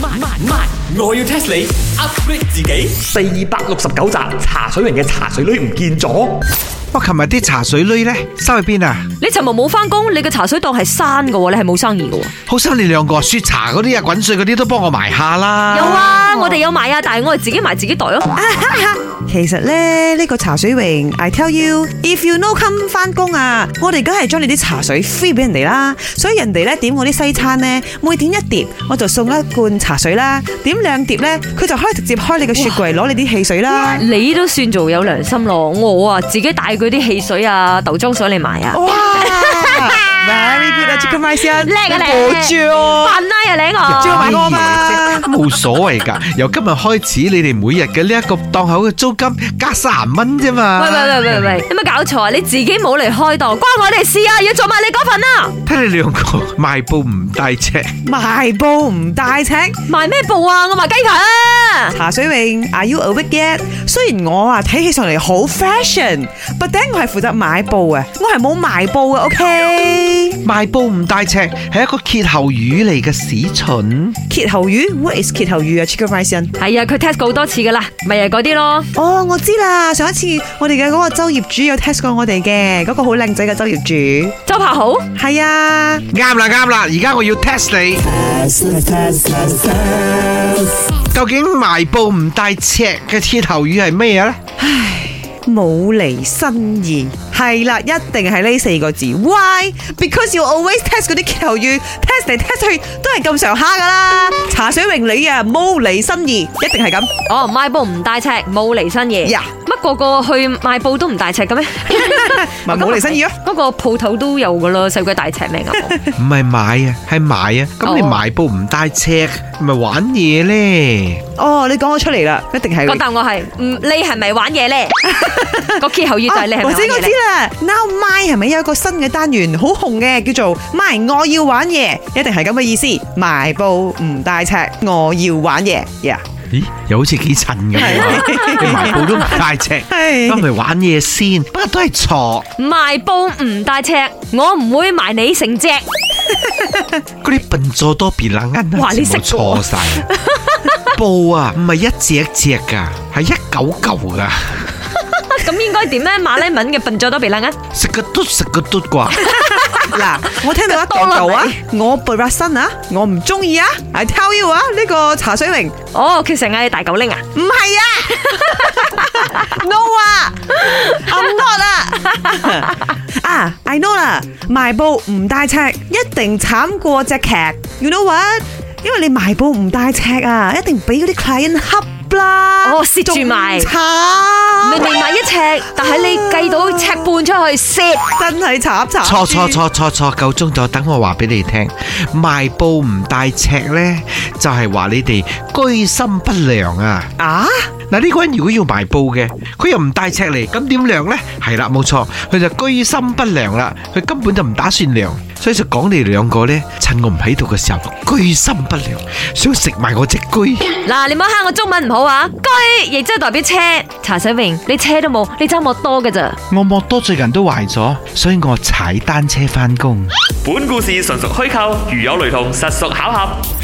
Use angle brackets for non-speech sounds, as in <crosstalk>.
慢慢慢，我要 test 你 upgrade 自己。第二百六十九集，茶水榮嘅茶水女唔見咗。我琴日啲茶水女咧收去邊啊？你尋日冇翻工，你嘅茶水檔係閂嘅喎，你係冇生意嘅喎。好心你兩個雪茶嗰啲啊、滾水嗰啲都幫我埋下啦。有啊，我哋有買啊，但係我係自己買自己袋 <laughs> 咯。其實咧，呢、個茶水榮，I tell you，if you no come 翻工啊，我哋梗係將你啲茶水 free 俾人哋啦。所以人哋咧點我啲西餐咧，每點一碟，我就送一罐茶水啦。點兩碟咧，佢就可以直接開你嘅雪櫃攞你啲汽水啦。你都算做有良心咯，我啊自己帶佢啲汽水啊、豆漿水嚟買啊。哇，very good 啊，Chicken Rice 啊， <laughs> 叻啊叻好啫，扮拉啊，你最我。好買我嘛。哎冇所謂㗎，由今日開始，你哋每日嘅呢一個檔口嘅租金加卅蚊啫嘛。喂喂喂喂喂，有冇搞錯啊？你自己冇嚟開檔，關我哋事啊！要做埋你嗰份啊！睇你兩個賣布唔帶尺，賣布唔帶尺，賣咩布啊？我賣雞排啊！茶水泳，Are you awake yet？雖然我啊睇起上嚟好 fashion，but then 我係負責買布啊，我係冇賣布啊，OK？賣布唔帶尺係一個歇後語嚟嘅屎蠢。歇後語，what is 歇後語啊？Chicken rice in？係啊，佢 test 過好多次噶啦，咪係嗰啲咯。哦，我知啦，上一次我哋嘅嗰個周業主有 test 過我哋嘅，嗰、個好靚仔嘅周業主，周柏豪，係啊。啱啦啱啦，而家我要 test 你。究竟賣布唔帶尺嘅歇後語係咩嘢呢？冇離身意，係啦，一定係呢四個字。Why? Because you always test 嗰啲歇後語，test 嚟 test 去都係咁上下噶啦。茶水榮你啊，冇離身意，一定係咁。哦，賣布唔帶尺，冇離身嘢。呀乜個個去賣布都唔帶尺嘅咩？咪冇離身意咯。嗰個鋪頭都有噶啦，使鬼大尺 <laughs> 咩咁？唔係買啊，係買啊。咁你哦賣布唔帶尺，咪玩嘢呢？哦，你講咗出嚟啦，一定係。個答案係唔你係咪玩嘢咧？ <laughs> 個歇後語就係你係咪啊或玩者我嘢知咧？啦，Now My 係咪有一個新嘅單元好紅嘅，叫做 My 我要玩嘢，一定係咁嘅意思。埋布唔帶尺，我要玩嘢 <laughs> 呀。咦，又好似幾襯咁喎，你賣布都唔帶尺， <laughs> 係咁咪玩嘢先，不過都係錯。賣布唔帶尺，我唔會埋你成隻。 <laughs> 嗰啲笨咗多變冷恩哇你識喎錯 <laughs> 晒。布啊，唔係一隻隻噶，係一嚿嚿噶，咁應該點咧？馬拉文嘅笨咗多鼻冷啊！食個嘟食個嘟 <laughs> 啩。嗱，我聽到一嚿嚿啊，我 b r 身啊，我唔中意啊，I tell you 啊，呢個茶水榮唔哦，佢成日係大狗拎啊！係啊，no 啊，I'm not 啊， <laughs> 啊，I know 啦，賣布唔帶尺，一定慘過隻劇，you know what？因為你賣布唔帶尺啊，一定俾嗰啲 client 恰啦，哦蝕住賣仲明慘，明買一尺，但係你計到尺半出去，蝕真係慘慘，錯錯，錯錯錯，夠鐘咗，等我話俾你聽，賣布唔帶尺呢，就係話你哋居心不良啊！啊，嗱，呢個人如果要埋布嘅，佢又唔帶尺嚟，咁點量呢？係啦，冇錯，佢就居心不良啦，佢根本就唔打算量，所以就講你哋兩個呢，趁我唔喺度嘅時候，居心不良，想食埋我隻居。嗱！你唔好蝦我中文唔好啊！居亦即係代表車，茶水榮你車都冇，你揸我多嘅咋？我莫多最近都壞咗，所以我踩單車返工。本故事純屬虛構，如有雷同，實屬巧合。